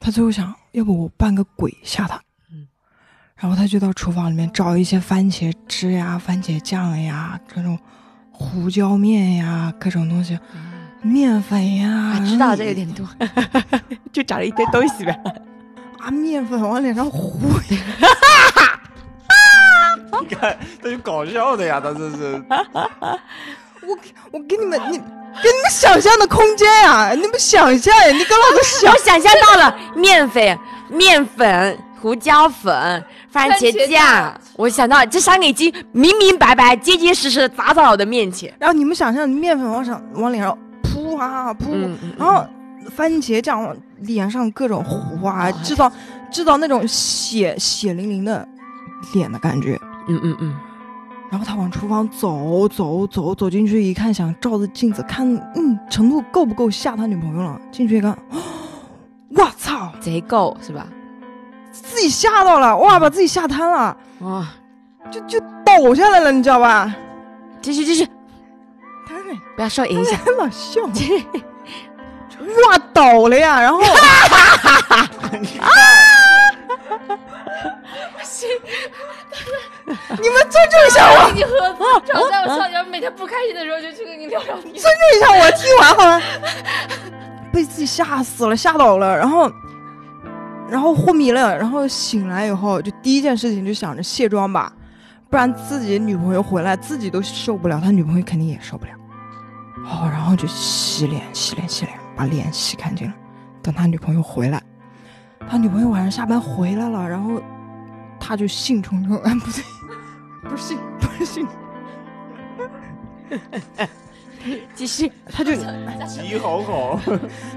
他最后想，要不我扮个鬼吓她。嗯然后他就到厨房里面找一些番茄汁呀、番茄酱呀、各种胡椒面呀、各种东西，面粉呀啊，，嗯知道这有点多， [laughs] 就找了一堆东西呗。啊，面粉往脸上糊，你看，他就搞笑的呀，他这是我给你们，你给你们想象的空间呀、你们想象呀，你给老子想 [laughs] 我想象到了面粉、面粉、胡椒粉、番番茄茄酱酱，我想到这三个已经明明白白、结结实实的砸到我的面前。然后你们想象面粉往上往脸上扑啊扑，嗯嗯然后番茄酱往脸上各种糊啊，制造制造那种血血淋淋的脸的感觉。嗯嗯嗯，然后他往厨房走走走走进去一看，想照着镜子看，嗯，程度够不够吓他女朋友了？进去一看， [gasps] 哦哇操，贼够是吧？自己吓到了，哇，把自己吓瘫了，哇、就就倒下来了，你知道吧？继续继续，他在不要受影响。他老笑，哇倒了呀，然后 [laughs] 心你们尊重一下我，你喝醉，长在我笑点，每天不开心的时候就去跟你聊聊天。尊重一下我，听完好吧？ [laughs] 被自己吓死了，吓倒了，然后，然后昏迷了，然后醒来以后，就第一件事情就想着卸妆吧，不然自己女朋友回来自己都受不了，他女朋友肯定也受不了。哦，然后就洗脸，洗脸，洗脸，把脸洗干净了。等他女朋友回来，他女朋友晚上下班回来了，然后他就兴冲冲，哎，不对，不是兴，不是兴，继续，他就急好好，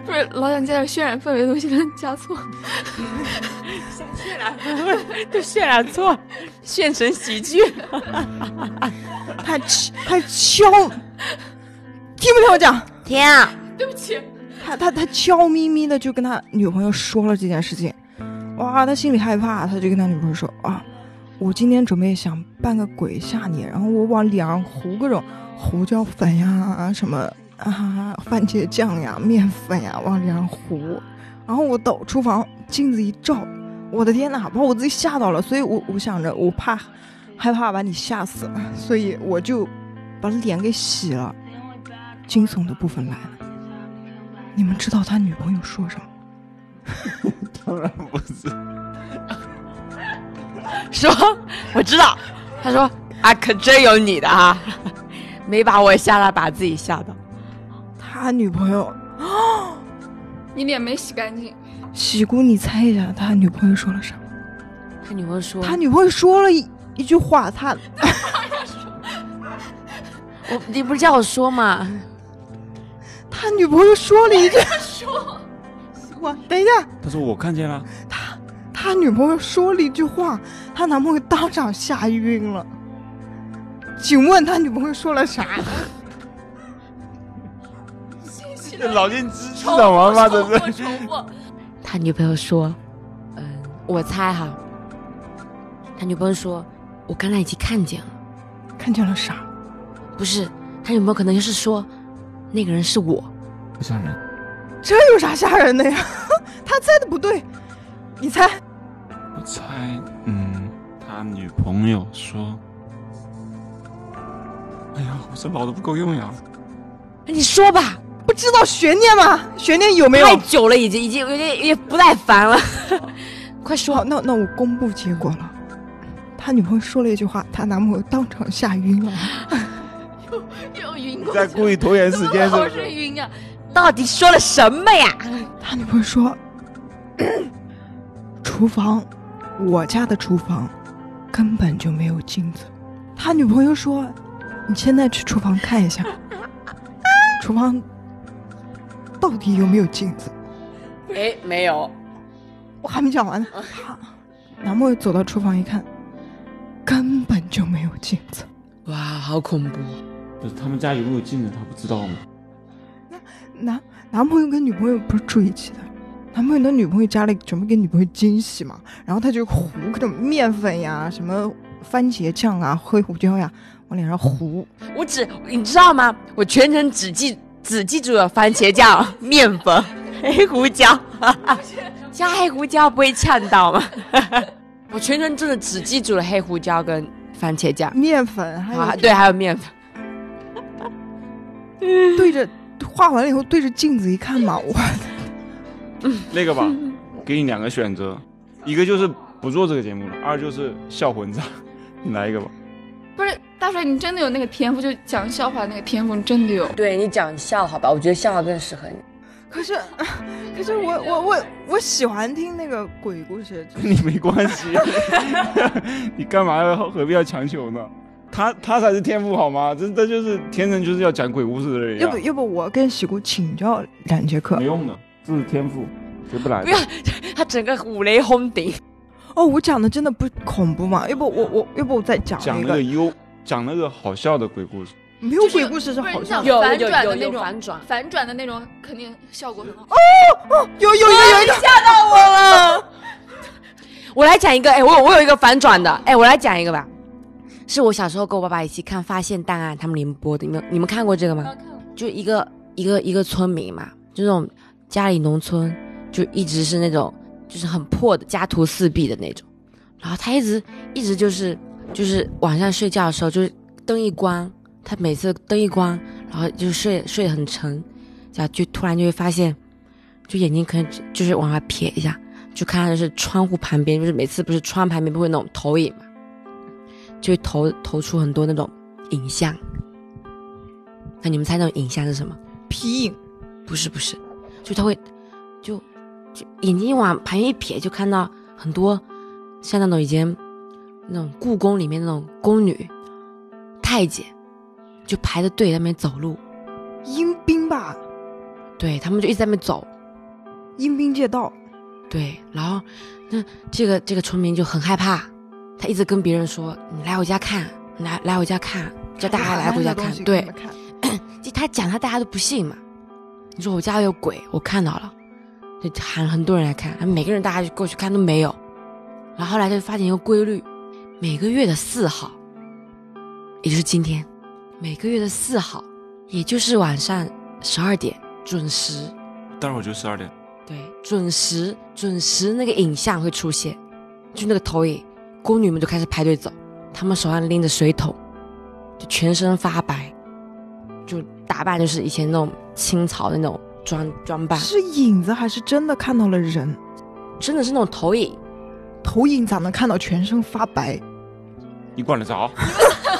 不是老想加点渲染氛围的东西，但加错。就渲染错， [laughs] 炫成喜剧。他敲他敲，听不听我讲？天啊，对不起，他他他悄咪咪的就跟他女朋友说了这件事情，哇，他心里害怕，他就跟他女朋友说啊，我今天准备想扮个鬼吓你，然后我往脸上糊各种胡椒粉呀、什么啊番茄酱呀、面粉呀，往脸上糊。然后我到厨房镜子一照，我的天呐，把我自己吓到了。所以我我想着，我怕害怕把你吓死，所以我就把脸给洗了。惊悚的部分来了，你们知道他女朋友说什么？ [laughs] 当然不是，说我知道，他说啊，可真有你的啊， [laughs] 没把我吓到，把自己吓到。他女朋友你脸没洗干净，喜姑，你猜一下，他女朋友说了啥？哎他女朋友说，他女朋友说了一一句话，他我你不是叫我说吗？他女朋友说了一句， [laughs] 说，我等一下，他说我看见了，他女朋友说了一句话，他男朋友当场吓晕了。请问他女朋友说了啥？老年痴痴长王八的，重复重复他女朋友说，嗯，我猜哈，他女朋友说，我刚才已经看见了。看见了啥？不是，他有没有可能就是说，那个人是我？不吓人，这有啥吓人的呀？ [laughs] 他猜的不对，你猜？我猜，嗯，他女朋友说，哎呀，我这脑子不够用呀，你说吧，不知道悬念吗？悬念有没有太？久了，已经已经有点有点不耐烦了，快好，说。那那我公布结果了。他女朋友说了一句话，他男朋友当场吓晕了。又晕过在去故意拖延时了，间怎是么不老是是？晕啊？到底说了什么呀？他女朋友说：“ [clears throat] 厨房，我家的厨房根本就没有镜子。”他女朋友说：“你现在去厨房看一下，厨房到底有没有镜子哎，没有。？”我还没讲完呢。他 [laughs] 男朋友走到厨房一看，根本就没有镜子。哇，好恐怖！不是他们家有没有镜子，他不知道吗？男男朋友跟女朋友不是住一起的，男朋友的女朋友家里准备给女朋友惊喜嘛，然后他就糊各种面粉呀、什么番茄酱啊、黑胡椒呀，往脸上糊。我只你知道吗？我全程只记只记住了番茄 [laughs] 酱、面粉、黑胡 [laughs] 椒，加黑胡椒不会呛到吗？ [laughs] 我全程真的只记住了黑胡椒跟番茄酱面粉还有、啊，对，还有面粉。对着画完了以后对着镜子一看嘛，我那个吧，给你两个选择，一个就是不做这个节目了，二就是笑混账，你来一个吧。不是大帅，你真的有那个天赋，就讲笑话那个天赋，你真的有。对你讲笑话吧，我觉得笑话更适合你。可是可是我我我我喜欢听那个鬼故事，就跟你没关系， [laughs] 你干嘛要何必要强求呢？他他才是天赋好吗？这这就是天生就是要讲鬼故事的人要不呀，要不我跟喜姑请教两节课没用的，这是天赋，学不来不的要。，他整个五雷轰顶。哦，我讲的真的不恐怖嘛？要不我我要不我再讲讲一那个个优，讲那个好笑的鬼故事，没有鬼故事是不是好你笑想的，有反有转有的那有种反转反转的那种，肯定效果很哦好。有有有有一个吓到我了。 [laughs] 我来讲一个，哎，我有我有一个反转的，哎，我来讲一个吧。是我小时候跟我爸爸一起看《发现档案》，他们联播的，你们你们看过这个吗？就一个一个一个村民嘛，就那种家里农村，就一直是那种就是很破的，家徒四壁的那种。然后他一直一直就是就是晚上睡觉的时候，就是灯一关，他每次灯一关，然后就睡睡得很沉，然后就突然就会发现，就眼睛可能只就是往外瞥一下，就看到就是窗户旁边，就是每次不是窗旁边不会有那种投影嘛，就会投投出很多那种影像。那你们猜那种影像是什么？皮影。不是不是，就他会就就眼睛往旁边一瞥，就看到很多像那种以前那种故宫里面那种宫女、太监，就排着队在那边走路，阴兵吧，对他们就一直在那边走，阴兵借道，对，然后那这个这个村民就很害怕，他一直跟别人说：“你来我家看，你来来我家看，叫大家来我家看。”对，就他讲他大家都不信嘛。你说我家有鬼，我看到了，就喊很多人来看，每个人大家就过去看都没有。然后后来就发现一个规律，每个月的四号，也就是今天，每个月的四号，也就是晚上十二点准时，待会儿就十二点。对，准时准时那个影像会出现，就那个投影，宫女们就开始排队走，她们手上拎着水桶，就全身发白，就打扮就是以前那种清朝的那种装装扮，是影子还是真的看到了人？真的是那种投影，投影咋能看到全身发白？你管得着？ [laughs]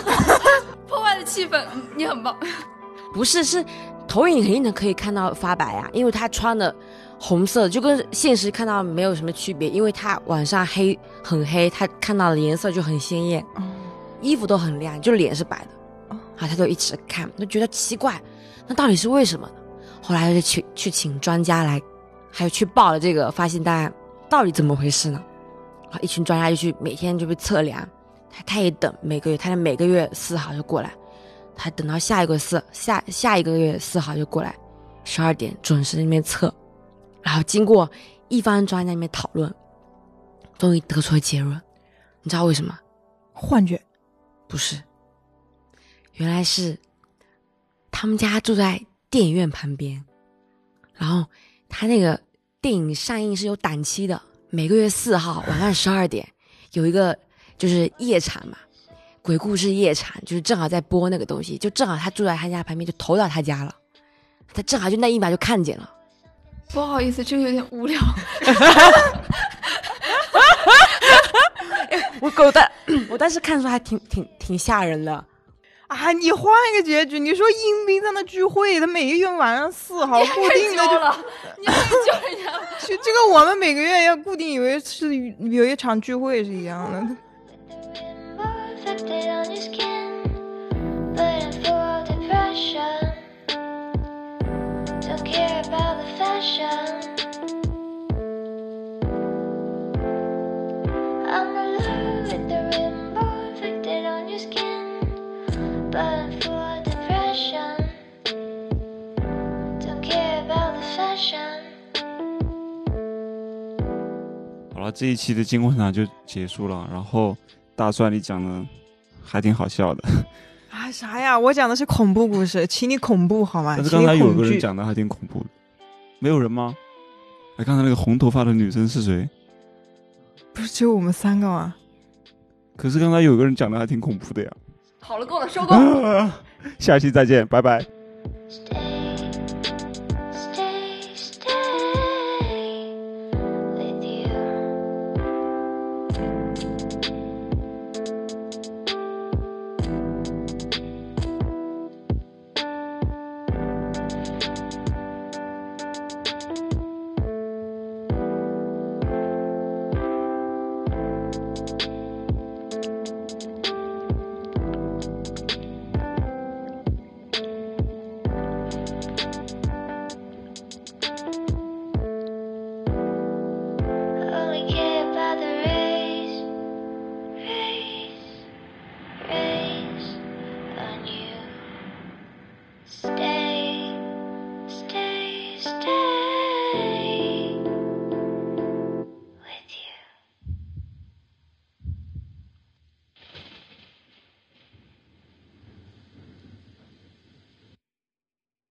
破坏的气氛，你很棒。不是，是投影肯定能可以看到发白啊，因为他穿的红色，就跟现实看到没有什么区别，因为他晚上黑很黑，他看到的颜色就很鲜艳，衣服都很亮，就脸是白的，啊，他就一直看，就觉得奇怪，那到底是为什么呢？后来就去去请专家来，还有去报了这个发现档案，到底怎么回事呢？啊，一群专家就去每天就被测量，他他也等每个月，他每个月四号就过来。他等到下一个四下下一个月四号就过来，十二点准时那边测，然后经过一方专家那边讨论，终于得出了结论。你知道为什么？幻觉，不是，原来是他们家住在电影院旁边，然后他那个电影上映是有档期的，每个月四号晚上十二点有一个就是夜场嘛，鬼故事夜场，就是正好在播那个东西，就正好他住在他家旁边，就投到他家了，他正好就那一秒就看见了。不好意思，这个有点无聊。我狗蛋，我当时看出还挺挺挺吓人的，啊，你换一个结局，你说阴兵在那聚会，他每个月晚上四号固定的教就了， [laughs] 你可以教人家。去，这个我们每个月要固定有一次有一场聚会是一样的。 More affected on your skin, but I'm full of depression. Don't care about the fashion. I'm alone with the rhythm, more affected on your skin, but I'm full of depression. Don't care about the fashion. 好了，这一期的金婚堂就结束了。然后大帅你讲的还挺好笑的，啊，啥呀？我讲的是恐怖故事，请你恐怖好吗？但是请刚你才有恐个人惧。讲的还挺恐怖的，没有人吗？哎，刚才那个红头发的女生是谁？不是只有我们三个吗？可是刚才有个人讲的还挺恐怖的呀。 [laughs] 好了，够了，收工。下期再见，拜拜。 Stay